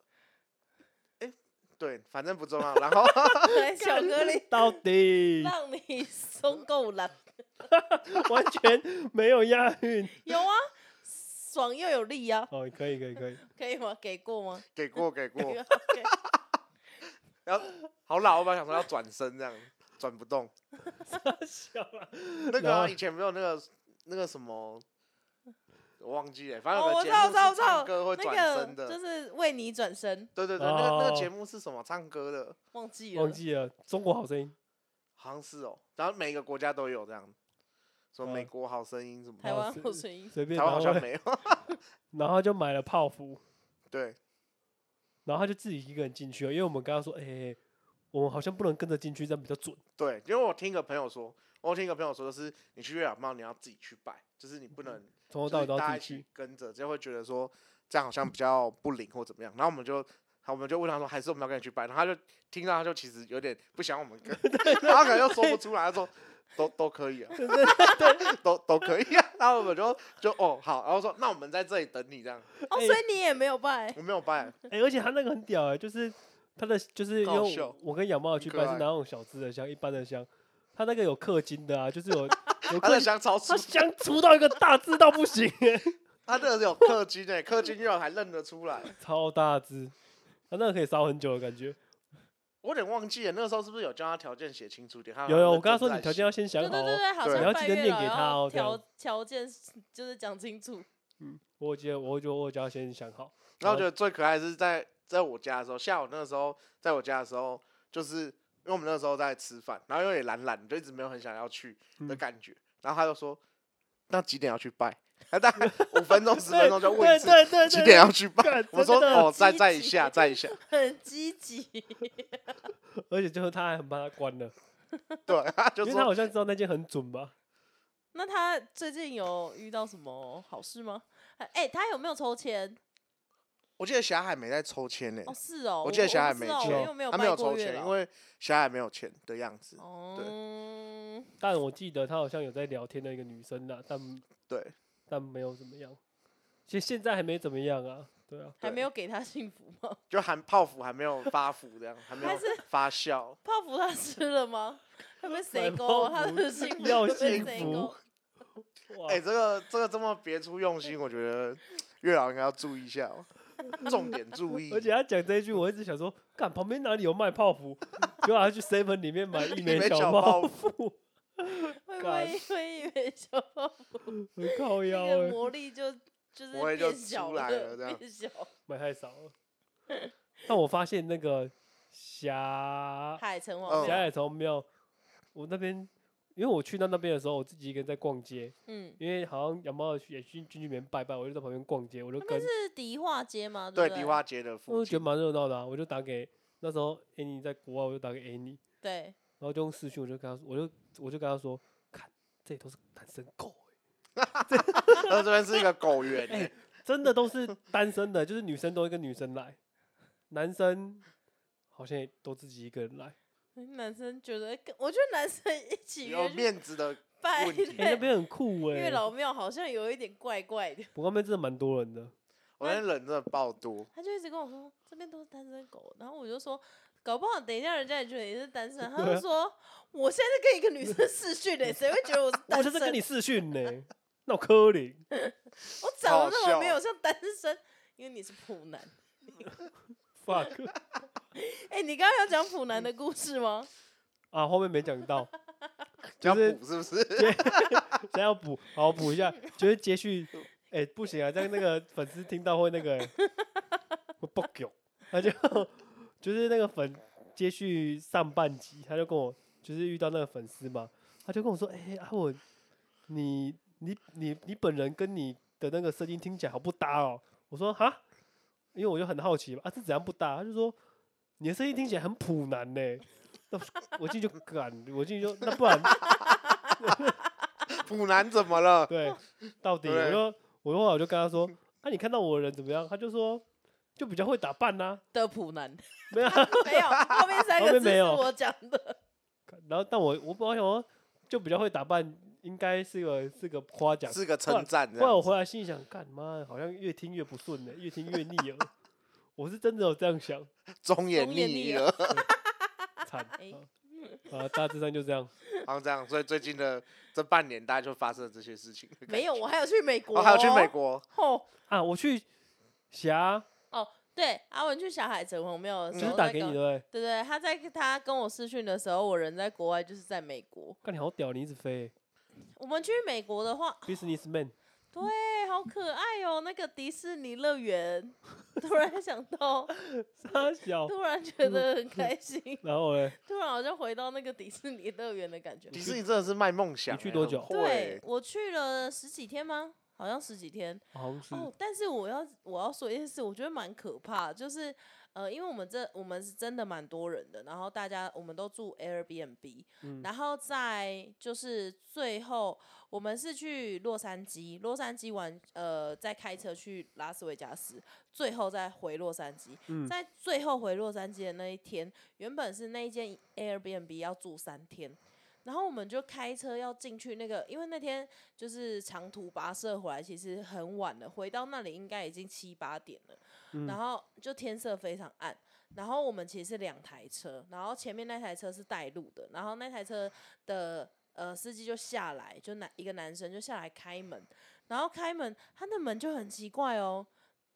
Speaker 1: 哎、对，反正不重要。然后
Speaker 3: 对巧克力
Speaker 2: 到 底
Speaker 3: 让你松够了，
Speaker 2: 完全没有押韵。
Speaker 3: 有啊，爽又有力啊，
Speaker 2: 哦，可以可以 可以，
Speaker 3: 可以吗？给过吗？
Speaker 1: 给过给 过，
Speaker 3: OK
Speaker 1: 然后好老，我本来想说要转身这样， 转不动。
Speaker 2: 笑了。
Speaker 1: 那个啊、
Speaker 2: 然后
Speaker 1: 以前没有那个那个什么，我忘记了，反正
Speaker 3: 哦
Speaker 1: 有
Speaker 3: 我
Speaker 1: 个
Speaker 3: 知
Speaker 1: 节
Speaker 3: 道，我
Speaker 1: 目
Speaker 3: 知道，我
Speaker 1: 是
Speaker 3: 知道
Speaker 1: 唱，歌会转
Speaker 3: 那
Speaker 1: 身
Speaker 3: 个
Speaker 1: 的，
Speaker 3: 就是为你转身，
Speaker 1: 对对对，那个那个节
Speaker 2: 哦
Speaker 1: 目是什么？唱歌的，
Speaker 3: 忘记了
Speaker 2: 忘，记了，中国好声音，
Speaker 1: 好像是哦。然后每个国家都有这样，什么美
Speaker 2: 嗯
Speaker 1: 国好声音什么的，
Speaker 3: 哦台湾
Speaker 2: 是
Speaker 3: 好声音，
Speaker 2: 随便。
Speaker 1: 台湾好
Speaker 2: 然后
Speaker 1: 像
Speaker 2: 嘞
Speaker 1: 没有。
Speaker 2: 然后就买了泡芙，
Speaker 1: 对，
Speaker 2: 然后他就自己一个人进去了，因为我们刚刚说，哎、我们好像不能跟着进去，这样比较准。
Speaker 1: 对，因为我听一个朋友说，我听一个朋友说，就是你去月老庙，你要自己去拜，就是你不
Speaker 3: 嗯
Speaker 1: 能
Speaker 2: 从头
Speaker 1: 就是
Speaker 2: 到尾都
Speaker 1: 大
Speaker 2: 要
Speaker 1: 家一
Speaker 2: 自己
Speaker 1: 起
Speaker 2: 去。
Speaker 1: 跟着，就会觉得说这样好像比较不灵或怎么样。然后我们就。好，我们就问他说，还是我们要跟你去拜？然后他就听到，他就其实有点不想我们跟， 然后可能又说不出来，他 说都都可以啊，都都可以啊。然后我们就就哦好，然后说那我们在这里等你这样。
Speaker 3: 哦，
Speaker 2: 哎
Speaker 3: 所以你也没有拜，
Speaker 1: 我没有拜，
Speaker 2: 哎、而且他那个很屌哎、就是他的就是
Speaker 1: 更好
Speaker 2: 用
Speaker 1: 笑
Speaker 2: 我跟养猫的去
Speaker 1: 很可
Speaker 2: 拜是
Speaker 1: 爱
Speaker 2: 拿那种小支的香，一般的香，他那个有氪金的啊，就 是有有
Speaker 1: 他的
Speaker 2: 氪金，
Speaker 1: 香超出
Speaker 2: 他，香除到一个大支到不行、欸，
Speaker 1: 他这个是有氪金诶，氪金药还认得出来。
Speaker 2: 超大支，他那个可以烧很久的感觉。
Speaker 1: 我有点忘记了，那个时候是不是有叫他条件写清楚点？他
Speaker 2: 有有，我跟他
Speaker 1: 啊认真
Speaker 2: 说你
Speaker 1: 在
Speaker 2: 条
Speaker 1: 写
Speaker 2: 件要先想
Speaker 3: 对
Speaker 2: 好、
Speaker 3: 对
Speaker 2: 哦，
Speaker 3: 对对，好
Speaker 1: 对
Speaker 3: 像
Speaker 2: 你要
Speaker 3: 拜
Speaker 2: 记得
Speaker 3: 月
Speaker 2: 念
Speaker 3: 老
Speaker 2: 给他
Speaker 3: 要
Speaker 2: 哦这
Speaker 3: 条
Speaker 2: 样
Speaker 3: 条件就是讲清楚，
Speaker 2: 我记得我就我叫他先 想好，
Speaker 1: 然后我
Speaker 2: 然后
Speaker 1: 觉得最可爱的是在在我家的时候，下午那个时候，在我家的时候，就是因为我们那时候在吃饭，然后因为也懒懒，就一直没有很想要去的
Speaker 2: 嗯
Speaker 1: 感觉。然后他就说，那几点要去拜？他大 概五分钟、十分
Speaker 2: 对
Speaker 1: 钟就问一
Speaker 2: 对
Speaker 1: 次，
Speaker 2: 对对，
Speaker 1: 几
Speaker 2: 对
Speaker 1: 点要去拜？
Speaker 2: 干
Speaker 1: 我说
Speaker 2: 真的
Speaker 1: 哦，再
Speaker 3: 积
Speaker 1: 再一
Speaker 3: 极
Speaker 1: 下，再一下。
Speaker 3: 很积极。
Speaker 2: 而且最后他还很怕他关了，
Speaker 1: 对，他就
Speaker 2: 因为他
Speaker 1: 说
Speaker 2: 好像知道那件很准吧？
Speaker 3: 那他最近有遇到什么好事吗？哎、哎他有没有抽签？
Speaker 1: 我记得霞海没在抽签呢、
Speaker 3: 哦，是哦，
Speaker 1: 我记得小海
Speaker 3: 不
Speaker 1: 没
Speaker 3: 知道
Speaker 1: 抽
Speaker 3: 因为我没有
Speaker 1: 他没有
Speaker 3: 拜过
Speaker 1: 抽
Speaker 3: 月
Speaker 1: 签，
Speaker 3: 老
Speaker 2: 哦
Speaker 1: 因为霞海没有钱的样子。
Speaker 3: 哦，
Speaker 2: 但我记得他好像有在聊天的一个女生啦，但
Speaker 1: 对，
Speaker 2: 但没有怎么样。其实现在还没怎么样啊，对啊，
Speaker 3: 还
Speaker 1: 对
Speaker 3: 没有给他幸福吗？
Speaker 1: 就含泡芙还没有发福这样，还没
Speaker 3: 还
Speaker 1: 有发酵。
Speaker 3: 泡芙他吃了吗？他被谁
Speaker 2: 买
Speaker 3: 勾？
Speaker 2: 泡
Speaker 3: 他
Speaker 2: 芙
Speaker 3: 的幸福
Speaker 2: 要
Speaker 3: 被
Speaker 2: 幸
Speaker 3: 谁
Speaker 2: 福
Speaker 3: 勾
Speaker 2: 哇，
Speaker 1: 哎、这个这个这么别出用心，我觉得月老应该要注意一下、哦，重点注意。
Speaker 2: 而且他讲这一句，我一直想说，干旁边哪里有卖泡芙？ 结果他去 Seven 里面买一
Speaker 1: 枚
Speaker 2: 枚
Speaker 1: 小
Speaker 2: 小
Speaker 1: 泡
Speaker 2: 泡芙，
Speaker 3: 会不
Speaker 2: 干
Speaker 3: 会因为因为小泡芙
Speaker 2: 很靠腰
Speaker 3: 那
Speaker 2: 哎、
Speaker 3: 个魔力就就是
Speaker 1: 魔力就
Speaker 3: 变小
Speaker 1: 出来 了这样
Speaker 3: 变小？
Speaker 2: 买太少了。但我发现那个霞
Speaker 3: 海城
Speaker 1: 嗯
Speaker 3: 隍
Speaker 2: 霞
Speaker 3: 庙，
Speaker 2: 海城庙，我那边因为我去到那边的时候，我自己一个人在逛街，
Speaker 3: 嗯，
Speaker 2: 因为好像羊毛也去进去里面拜拜，我就在旁边逛街，我就跟
Speaker 3: 是迪化街吗？
Speaker 1: 对，
Speaker 3: 不
Speaker 1: 迪化街的
Speaker 2: 我
Speaker 1: 附
Speaker 2: 就觉得
Speaker 1: 近，
Speaker 2: 蛮热闹的、啊，我就打给那时候 Annie 在国外，我就打给 Annie，
Speaker 3: 对，
Speaker 2: 然后就用视讯，我就跟他说，我就我就跟他说，看这里都是单身狗、欸
Speaker 1: 然后这边是一个狗园、
Speaker 2: 哎
Speaker 1: 欸，
Speaker 2: 真的都是单身的，就是女生都会跟女生来，男生好像也都自己一个人来。
Speaker 3: 男生觉得跟，我觉得男生一起
Speaker 1: 有
Speaker 3: 约去
Speaker 1: 面子的。
Speaker 3: 拜
Speaker 1: 问题
Speaker 2: 哎、那
Speaker 3: 对
Speaker 2: 边很酷哎、
Speaker 3: 月老庙好像有一点怪怪的。
Speaker 2: 不过那边真的蛮多人的。
Speaker 1: 我那天人真的爆多，
Speaker 3: 他就一直跟我说这边都是单身狗，然后我就说搞不好等一下人家也觉得你是 单身，他
Speaker 2: 对
Speaker 3: 就
Speaker 2: 啊
Speaker 3: 说我现在在跟一个女生视 讯嘞，谁会觉得我是单
Speaker 2: 我
Speaker 3: 身？
Speaker 2: 就是跟你视讯呢、那我柯林，
Speaker 3: 我长
Speaker 1: 好
Speaker 3: 得那
Speaker 1: 笑啊
Speaker 3: 么没有像单身，因为你是普男。
Speaker 2: fuck
Speaker 3: 哎、你刚刚要讲普男的故事吗？
Speaker 2: 啊，后面没讲到，
Speaker 1: 要
Speaker 2: 是
Speaker 1: 补是不是？
Speaker 2: 现在要补，好我补一下，就是接续，哎、不行啊，这样那个粉丝听到会那个、欸，会爆狗，他就就是那个粉接续上半集，他就跟我就是遇到那个粉丝嘛，他就跟我说，哎、阿文，你你你你本人跟你的那个声音听起来好不搭哦，我说哈，因为我就很好奇嘛，啊是怎样不搭？他就说你的声音听起来很普男呢、 那我进去就 敢，我进去就那不然
Speaker 1: 普男怎么 了？
Speaker 2: 对，到底
Speaker 1: 对不
Speaker 2: 我
Speaker 1: 对
Speaker 2: 就我后来我就跟他说，啊，你看到我的人怎么样？他就说，就比较会打扮呐、啊
Speaker 3: 的普男
Speaker 2: 没有啊、
Speaker 3: 没有，后面三
Speaker 2: 后
Speaker 3: 个
Speaker 2: 面
Speaker 3: 字
Speaker 2: 没
Speaker 3: 是
Speaker 2: 有
Speaker 3: 我讲的。
Speaker 2: 然后但我我我想说，就比较会打扮，应该是个是个夸奖。
Speaker 1: 是个称赞这
Speaker 2: 后来我
Speaker 1: 样子。
Speaker 2: 回来心里想，干妈的好像越听越不顺呢、越听越腻了。 我是真的有这样想，
Speaker 1: 忠言
Speaker 3: 忠言
Speaker 1: 逆
Speaker 3: 逆
Speaker 1: 耳，
Speaker 2: 惨啊
Speaker 3: 哎
Speaker 2: 啊！大致上就这样。
Speaker 1: 然后这样，所以最近的这半年，大家就发生了这些事情。
Speaker 3: 没有，我还有去美
Speaker 1: 我、
Speaker 3: 国、
Speaker 1: 哦、还有去美。国，
Speaker 3: 哦，
Speaker 2: 啊，我去霞
Speaker 3: 对，阿文去小海城隍庙
Speaker 1: 嗯
Speaker 3: 的
Speaker 2: 就
Speaker 3: 时候，
Speaker 2: 是打给你的、欸，
Speaker 3: 对对，他在他跟我视讯的时候，我人在国外，就是在美国。
Speaker 2: 看你好屌，你一直飞、
Speaker 3: 我们去美国的话，
Speaker 2: businessman，
Speaker 3: 对，好可爱哦，那个迪士尼乐园。突然想到，
Speaker 2: 傻小。
Speaker 3: 突然觉得很开心，
Speaker 2: 然后嘞，
Speaker 3: 突然好像回到那个迪士尼乐园的感觉。
Speaker 1: 迪士尼真的是卖梦想、
Speaker 2: 你去
Speaker 1: 欸
Speaker 2: 多
Speaker 1: 很
Speaker 2: 久
Speaker 1: 会
Speaker 3: 对
Speaker 1: 欸，
Speaker 3: 我去了十几天吗？好像十几天。
Speaker 2: 好像是、
Speaker 3: 哦，但是我要我要说一件事，我觉得蛮可怕的，就是呃，因为我们这我们是真的蛮多人的，然后大家我们都住 Airbnb，、
Speaker 2: 嗯
Speaker 3: 然后在就是最后我们是去洛杉矶，洛杉矶玩呃，再开车去拉斯维加斯，最后再回洛杉矶，
Speaker 2: 嗯
Speaker 3: 在最后回洛杉矶的那一天，原本是那一间 Airbnb 要住三天。然后我们就开车要进去那个，因为那天就是长途跋涉回来，其实很晚了，回到那里应该已经七八点了。
Speaker 2: 嗯
Speaker 3: 然后就天色非常暗，然后我们其实是两台车，然后前面那台车是带路的，然后那台车的呃司机就下来，就男一个男生就下来开门，然后开门，他的门就很奇怪哦，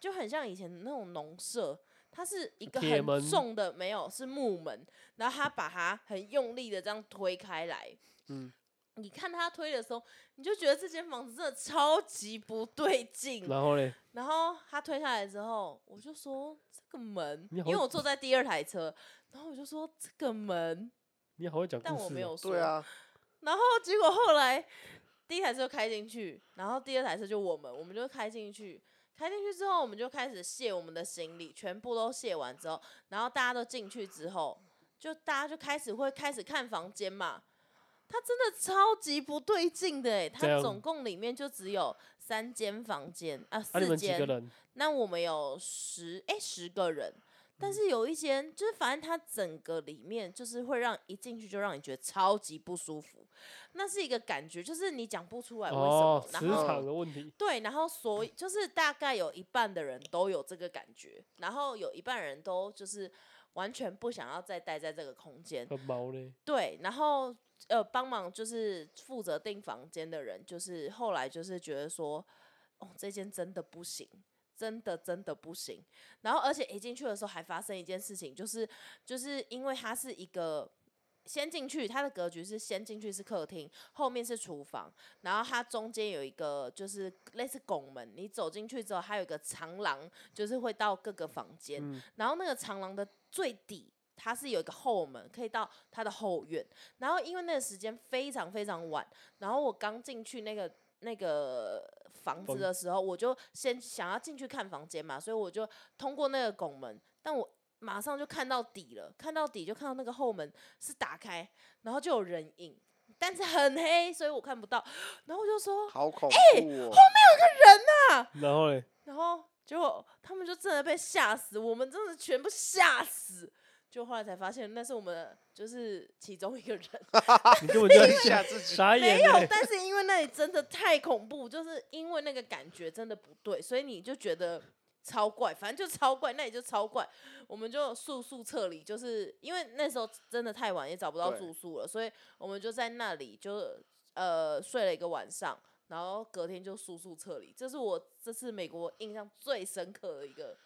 Speaker 3: 就很像以前那种农舍。它是一个
Speaker 2: 铁门
Speaker 3: 很重的，没有是木门，然后他把它很用力的这样推开来，
Speaker 2: 嗯
Speaker 3: 你看他推的时候，你就觉得这间房子真的超级不对劲。
Speaker 2: 然后嘞。
Speaker 3: 然后他推下来之后，我就说这个门，
Speaker 2: 你
Speaker 3: 因
Speaker 2: 好
Speaker 3: 为我坐在第二台车，然后我就说这个门，
Speaker 2: 你好会讲故事、
Speaker 3: 但
Speaker 2: 哦，
Speaker 3: 我没有说。
Speaker 1: 对。啊，
Speaker 3: 然后结果后来第一台车开进去，然后第二台车就我们，我们就开进去。开进去之后，我们就开始卸我们的行李，全部都卸完之后，然后大家都进去之后，就大家就开始会开始看房间嘛。他真的超级不对劲的哎，
Speaker 2: 这
Speaker 3: 他
Speaker 2: 样
Speaker 3: 总共里面就只有三间房间
Speaker 2: 啊，
Speaker 3: 啊，
Speaker 2: 你
Speaker 3: 四
Speaker 2: 们几
Speaker 3: 间
Speaker 2: 个。人？
Speaker 3: 那我们有十哎十个人，但
Speaker 2: 嗯
Speaker 3: 是有一间就是反正它整个里面就是会让一进去就让你觉得超级不舒服，那是一个感觉，就是你讲不出来为什么，
Speaker 2: 哦，磁
Speaker 3: 然后。
Speaker 2: 场的问题。
Speaker 3: 对，然后所以就是大概有一半的人都有这个感觉，然后有一半人都就是完全不想要再待在这个空间。
Speaker 2: 很毛嘞，
Speaker 3: 对，然后呃，帮忙就是负责订房间的人，就是后来就是觉得说，哦，这间真的不行。真的真的不行，然后而且一进去的时候还发生一件事情，就是就是因为它是一个先进去，它的格局是先进去是客厅，后面是厨房，然后它中间有一个就是类似拱门，你走进去之后还有一个长廊，就是会到各个房间，
Speaker 2: 嗯
Speaker 3: 然后那个长廊的最底。它是有一个后门，可以到它的后院。然后因为那个时间非常非常晚，然后我刚进去那个那个房子
Speaker 2: 房
Speaker 3: 的时候，我就先想要进去看房间嘛，所以我就通过那个拱门，但我马上就看到底了，看到底就看到那个后门是打开，然后就有人影，但是很黑，所以我看不到。然后我就说，
Speaker 1: 好恐怖、哦！
Speaker 2: 然后嘞，
Speaker 3: 然后结果他们就真的被吓死，我们真的全部吓死。就后来才发现，那是我们的就是其中一个人，
Speaker 2: 你根本就在
Speaker 1: 一下自己，
Speaker 2: 傻眼
Speaker 3: 没有
Speaker 2: 嘞。
Speaker 3: 但是因为那里真的太恐怖，就是因为那个感觉真的不对，所以你就觉得超怪，反正就超怪，那里就超怪。我们就速速撤离，就是因为那时候真的太晚，也找不到
Speaker 1: 对
Speaker 3: 住宿了，所以我们就在那里就呃睡了一个晚上，然后隔天就速速撤离。这是我这次美国印象最深刻的一个。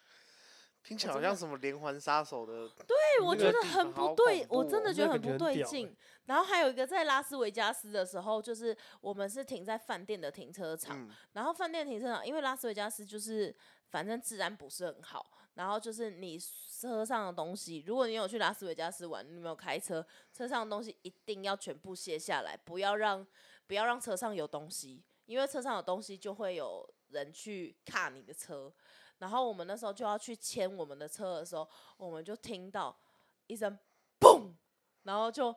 Speaker 1: 听起来好像什么连环杀手 的，
Speaker 3: 对，哎我
Speaker 1: 那
Speaker 3: 觉
Speaker 1: 个
Speaker 3: 得
Speaker 1: 地
Speaker 3: 很
Speaker 1: 方
Speaker 3: 不
Speaker 1: 好
Speaker 3: 对，
Speaker 1: 恐
Speaker 3: 我
Speaker 1: 怖
Speaker 3: 真的
Speaker 1: 哦
Speaker 3: 觉得
Speaker 2: 那
Speaker 3: 很
Speaker 2: 个
Speaker 3: 不
Speaker 2: 觉得很
Speaker 3: 对
Speaker 2: 屌欸
Speaker 3: 劲。然后还有一个在拉斯维加斯的时候，就是我们是停在饭店的停车场，
Speaker 1: 嗯，
Speaker 3: 然后饭店停车场，因为拉斯维加斯就是反正治安不是很好，然后就是你车上的东西，如果你有去拉斯维加斯玩，你没有开车，车上的东西一定要全部卸下来，不要让不要让车上有东西，因为车上有东西就会有人去卡你的车。然后我们那时候就要去牵我们的车的时候，我们就听到一声嘣，然后就。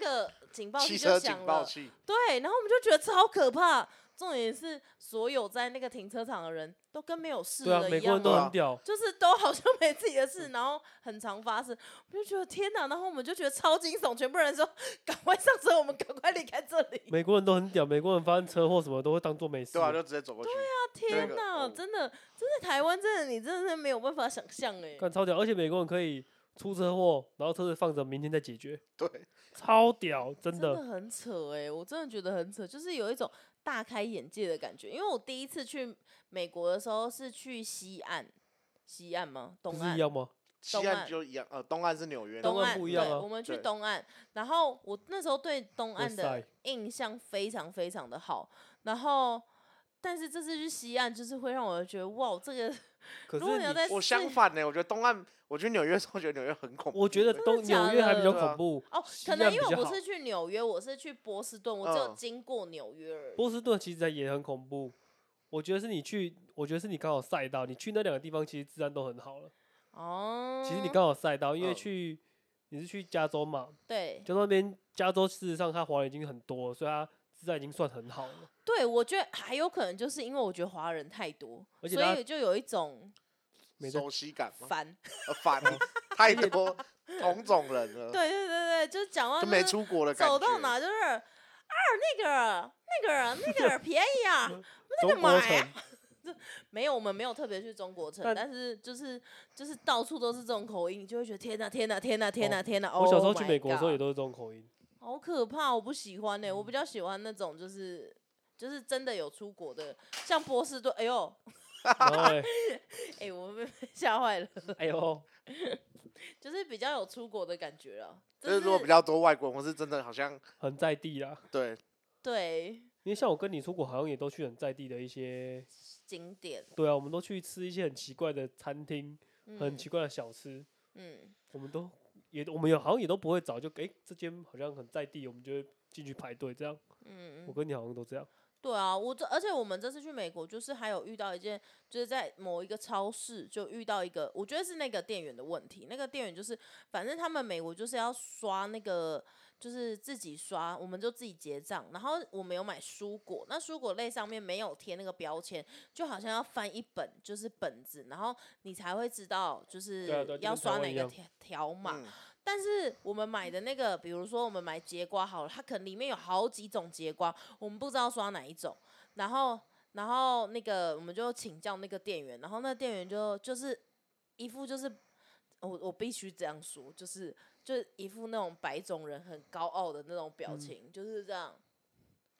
Speaker 3: 那个警报器
Speaker 1: 汽
Speaker 3: 就
Speaker 1: 车
Speaker 3: 响
Speaker 1: 警报
Speaker 3: 了，
Speaker 1: 器，
Speaker 3: 对，然后我们就觉得超可怕。重点是，所有在那个停车场的人都跟没有事
Speaker 2: 对啊，
Speaker 3: 的
Speaker 2: 美
Speaker 3: 一
Speaker 2: 国
Speaker 3: 样
Speaker 2: 人都
Speaker 1: 啊
Speaker 2: 很屌，
Speaker 3: 就是都好像没自己的事，然后很常发生。我就觉得天哪，然后我们就觉得超惊悚，全部人说赶快上车，我们赶快离开这 里。
Speaker 2: 美国人都很屌，美国人发生车祸什么都会当做没事。
Speaker 1: 对啊，就直接走过去。那
Speaker 3: 天
Speaker 1: 个
Speaker 3: 哪，
Speaker 1: 哦
Speaker 3: 真的，真的台湾真的你真的是没有办法想象哎、
Speaker 2: 干超屌，而且美国人可以出车祸，然后车子放着，明天再解决，
Speaker 1: 对,、
Speaker 2: 超屌，真
Speaker 3: 真
Speaker 2: 的。
Speaker 3: 很扯哎、我真的觉得很扯，就是有一种大开眼界的感觉。因为我第一次去美国的时候是去西岸，西岸吗？
Speaker 2: 不
Speaker 3: 东
Speaker 2: 是
Speaker 3: 岸
Speaker 2: 一样吗？
Speaker 1: 西
Speaker 3: 东
Speaker 1: 岸
Speaker 3: 岸
Speaker 1: 就一样，呃，东岸是纽约，
Speaker 2: 东
Speaker 3: 东
Speaker 2: 岸
Speaker 3: 岸
Speaker 2: 不一样
Speaker 3: 对
Speaker 2: 啊
Speaker 3: 我们去
Speaker 1: 对
Speaker 3: 东岸，然后我那时候对东岸
Speaker 2: West
Speaker 3: 的
Speaker 2: side
Speaker 3: 印象非常非常的好，然后但是这次去西岸，就是会让我觉得哇，这个
Speaker 2: 可是
Speaker 3: 如果你要
Speaker 2: 你，
Speaker 3: 在
Speaker 1: 我
Speaker 3: 市
Speaker 1: 相反呢、我觉得东岸，我觉得纽约 是，我觉得纽约很恐怖欸、
Speaker 2: 我觉得东
Speaker 3: 假
Speaker 2: 纽约还比较
Speaker 1: 的
Speaker 2: 恐怖。
Speaker 3: 哦，
Speaker 2: 西
Speaker 3: 可能
Speaker 2: 岸
Speaker 3: 因为
Speaker 2: 比
Speaker 3: 我
Speaker 2: 较
Speaker 3: 不是
Speaker 2: 好
Speaker 3: 去纽约，我是去波士顿，我只有
Speaker 1: 嗯
Speaker 3: 经过纽约而已。
Speaker 2: 波士顿其实也很恐怖，我觉得是你去，我觉得是你刚好赛道，你去那两个地方其实治安都很好了。
Speaker 3: 哦，
Speaker 2: 其实你刚好赛道，因为
Speaker 1: 嗯
Speaker 2: 去你是去加州嘛，
Speaker 3: 对
Speaker 2: 加州那边加州事实上它华人已经很多了，所以它治安已经算很好了。
Speaker 3: 对，我觉得还有可能就是因为我觉得华人太多，
Speaker 2: 而且
Speaker 3: 所
Speaker 2: 大家
Speaker 3: 以就有一种
Speaker 2: 没哦在
Speaker 1: 熟悉感吗？
Speaker 3: 烦。
Speaker 1: 呃烦、太多同种人
Speaker 2: 呃
Speaker 1: 了，
Speaker 3: 对对对对，就是讲话
Speaker 1: 就
Speaker 3: 就
Speaker 1: 没
Speaker 3: 是
Speaker 1: 出国的感觉。
Speaker 3: 走到哪就是啊那个儿那个儿那 个儿便宜啊，那
Speaker 2: 中
Speaker 3: 个
Speaker 2: 国
Speaker 3: 买
Speaker 2: 城
Speaker 3: 啊，没有，我们没有特别去中国城，
Speaker 2: 但
Speaker 3: 但是就是就是到处都是这种口音，你就会觉得天哪天哪天哪天哪天哪！
Speaker 2: 哦我小时候
Speaker 3: Oh
Speaker 2: 去
Speaker 3: my
Speaker 2: 美国的时候也
Speaker 3: God
Speaker 2: 都是嗯这种口音。
Speaker 3: 好可怕，我不喜欢呢、我比较喜欢那种就是就是真的有出国的，像波士顿，哎呦
Speaker 2: 然后嘞，
Speaker 3: 哎、我被被吓坏了，
Speaker 2: 哎呦，
Speaker 3: 就是比较有出国的感觉了，
Speaker 1: 就是如果比较多外国人，或是真的好像
Speaker 2: 很在地啦。
Speaker 1: 对
Speaker 3: 对
Speaker 2: 因为像我跟你出国，好像也都去很在地的一些，
Speaker 3: 景点，
Speaker 2: 对啊，我们都去吃一些很奇怪的餐厅，
Speaker 3: 嗯
Speaker 2: 很奇怪的小吃，
Speaker 3: 嗯，
Speaker 2: 我们都也我们也好像也都不会找，就诶，这间好像很在地，我们就会进去排队这样。
Speaker 3: 嗯
Speaker 2: 我跟你好像都这样，
Speaker 3: 对啊，我这而且我们这次去美国，就是还有遇到一件，就是在某一个超市就遇到一个，我觉得是那个店员的问题。那个店员就是，反正他们美国就是要刷那个，就是自己刷，我们就自己结账。然后我们有买蔬果，那蔬果类上面没有贴那个标签，就好像要翻一本就是本子，然后你才会知道就是
Speaker 2: 对啊对啊就
Speaker 3: 要
Speaker 2: 跟台
Speaker 3: 刷
Speaker 2: 湾
Speaker 3: 哪
Speaker 2: 一
Speaker 3: 个
Speaker 2: 样
Speaker 3: 条条码。
Speaker 1: 嗯
Speaker 3: 但是我们买的那个，比如说我们买节瓜好了，它可能里面有好几种节瓜，我们不知道刷哪一种。然后，然后那个我们就请教那个店员，然后那店员就就是一副就是我我必须这样说，就是就是一副那种白种人很高傲的那种表情，就是这样。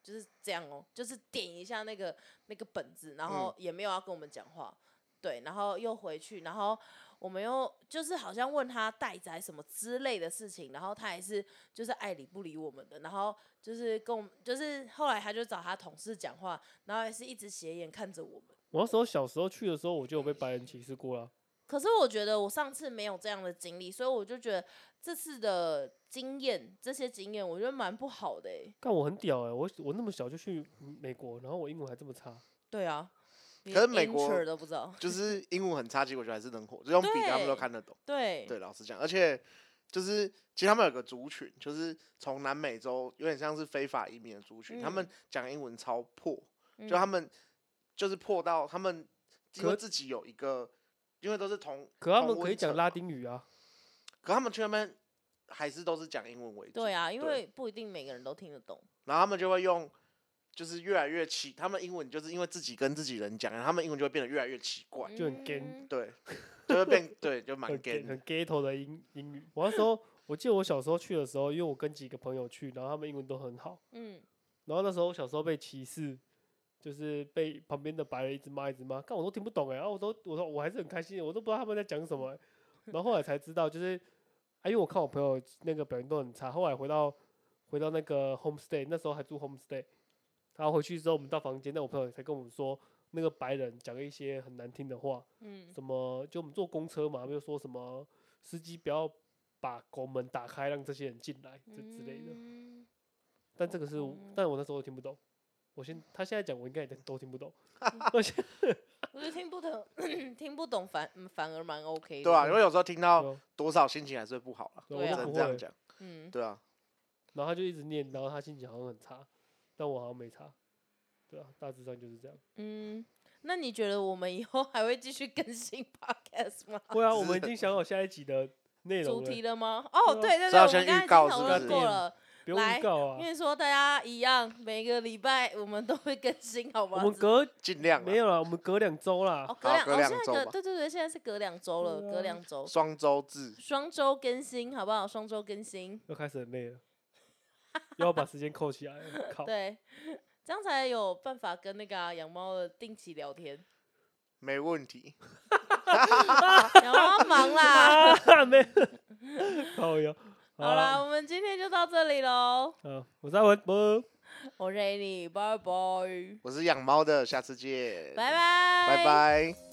Speaker 3: 就是这样哦，就是点一下那个那个本子，然后
Speaker 1: 嗯
Speaker 3: 也没有要跟我们讲话，对，然后又回去，然后我们又就是好像问他带仔什么之类的事情，然后他也是就是爱理不理我们的，然后就是跟我们就是后来他就找他同事讲话，然后也是一直斜眼看着我们。
Speaker 2: 我那时候小时候去的时候，我就有被白人歧视过了。
Speaker 3: 可是我觉得我上次没有这样的经历，所以我就觉得这次的经验，这些经验我觉得蛮不好的、欸。
Speaker 2: 但我很屌哎、我我那么小就去美国，然后我英文还这么差，
Speaker 3: 对啊，你
Speaker 1: 可是美国
Speaker 3: inter 都不知道。
Speaker 1: 就是英文很差，结果就还是能火，就用笔他们都
Speaker 3: 对
Speaker 1: 看得懂。
Speaker 3: 对
Speaker 1: 对，老实讲，而且就是其实他们有个族群，就是从南美洲有点像是非法移民的族群，他们
Speaker 3: 嗯
Speaker 1: 讲英文超破，
Speaker 3: 嗯
Speaker 1: 就他们就是破到他们因
Speaker 2: 可
Speaker 1: 为自己有一个，因为都是同，
Speaker 2: 可他
Speaker 1: 同
Speaker 2: 们可
Speaker 1: 温
Speaker 2: 以讲
Speaker 1: 层
Speaker 2: 拉
Speaker 1: 嘛，
Speaker 2: 丁语啊。
Speaker 1: 可他们去那边还是都是讲英文为主，
Speaker 3: 对啊，因
Speaker 1: 对
Speaker 3: 为不一定每个人都听得懂。
Speaker 1: 然后他们就会用。就是越来越奇，他们英文就是因为自己跟自己人讲，然后他们英文就会变得越来越奇怪，
Speaker 2: 就很 gay
Speaker 3: 嗯
Speaker 1: 对，就会 变对，就蛮
Speaker 2: 很
Speaker 1: gay 的
Speaker 2: 很 ghetto 的英英语。我那时候，我记得我小时候去的时候，因为我跟几个朋友去，然后他们英文都很好。
Speaker 3: 嗯，
Speaker 2: 然后那时候我小时候被歧视，就是被旁边的白人一直骂一直骂，但我都听不懂哎、然后我都我说我还是很开心，我都不知道他们在讲什么欸、然后后来才知道，就是、啊、因为我看我朋友那个表现都很差，后来回到回到那个 homestay，那时候还住 homestay，然后回去之后我们到房间，那我朋友才跟我们说。那个白人讲了一些很难听的话，
Speaker 3: 嗯，
Speaker 2: 什么就我们坐公车嘛，他们就说什么司机不要把拱门打开，让这些人进来，这之类的。
Speaker 3: 嗯
Speaker 2: 但这个是我，
Speaker 3: 哦
Speaker 2: 但我那时候听不懂。我现他现在讲，我应该也都听不 懂。而且
Speaker 3: 我觉得 听不懂，听不懂反嗯反而蛮 OK 的。
Speaker 1: 对啊，因为有时候听到
Speaker 2: 对啊
Speaker 1: 多少心情还是会不好了，
Speaker 2: 我
Speaker 3: 对
Speaker 1: 只
Speaker 3: 啊
Speaker 2: 都
Speaker 1: 能
Speaker 2: 不
Speaker 1: 这样
Speaker 2: 会，
Speaker 1: 讲，
Speaker 3: 嗯，
Speaker 1: 对啊，
Speaker 2: 然后他就一直念，然后他心情好像很差，但我好像没差。对啊，大致上就是这样。
Speaker 3: 嗯，那你觉得我们以后还会继续更新 podcast 吗？
Speaker 2: 会啊，我
Speaker 1: 只
Speaker 2: 们
Speaker 1: 是
Speaker 2: 已经想好下一集的内
Speaker 3: 哦主
Speaker 2: 容了
Speaker 3: 题，了吗？哦，
Speaker 2: 对啊
Speaker 3: 对对
Speaker 1: 是
Speaker 3: 对，
Speaker 1: 要
Speaker 3: 我
Speaker 1: 先
Speaker 3: 们刚才
Speaker 1: 预
Speaker 3: 已
Speaker 1: 告
Speaker 3: 经讨
Speaker 1: 是不
Speaker 3: 论
Speaker 1: 是
Speaker 3: 过了。
Speaker 2: 不用
Speaker 3: 来
Speaker 2: 预告啊
Speaker 3: 因。为说大家一样，每个礼拜我们都会更新，好
Speaker 2: 我
Speaker 3: 吧？
Speaker 2: 们隔
Speaker 1: 尽量啦
Speaker 2: 没有啦，我们隔两周啦
Speaker 3: 哦，。隔两
Speaker 1: 啊好隔
Speaker 3: 哦，
Speaker 1: 两
Speaker 3: 现在
Speaker 1: 周
Speaker 3: 隔
Speaker 1: 吧
Speaker 3: 对对对，现在是隔两周了，
Speaker 2: 对
Speaker 3: 隔
Speaker 2: 啊
Speaker 3: 两周，
Speaker 1: 双周制，
Speaker 3: 双周更新，好不好？双周更新，
Speaker 2: 又开始很累了，又要把时间扣起来了。靠，
Speaker 3: 对，这样才有办法跟那个啊养猫的定期聊天。
Speaker 1: 没问题。
Speaker 3: 养猫 忙啦，
Speaker 2: 啊，没，靠呀。
Speaker 3: 好啦，，我们今天就到这里喽。
Speaker 2: 嗯，我是阿文，啵
Speaker 3: 我是 Annie，拜拜，
Speaker 1: 我是养猫的，下次见，
Speaker 3: 拜拜，
Speaker 1: 拜拜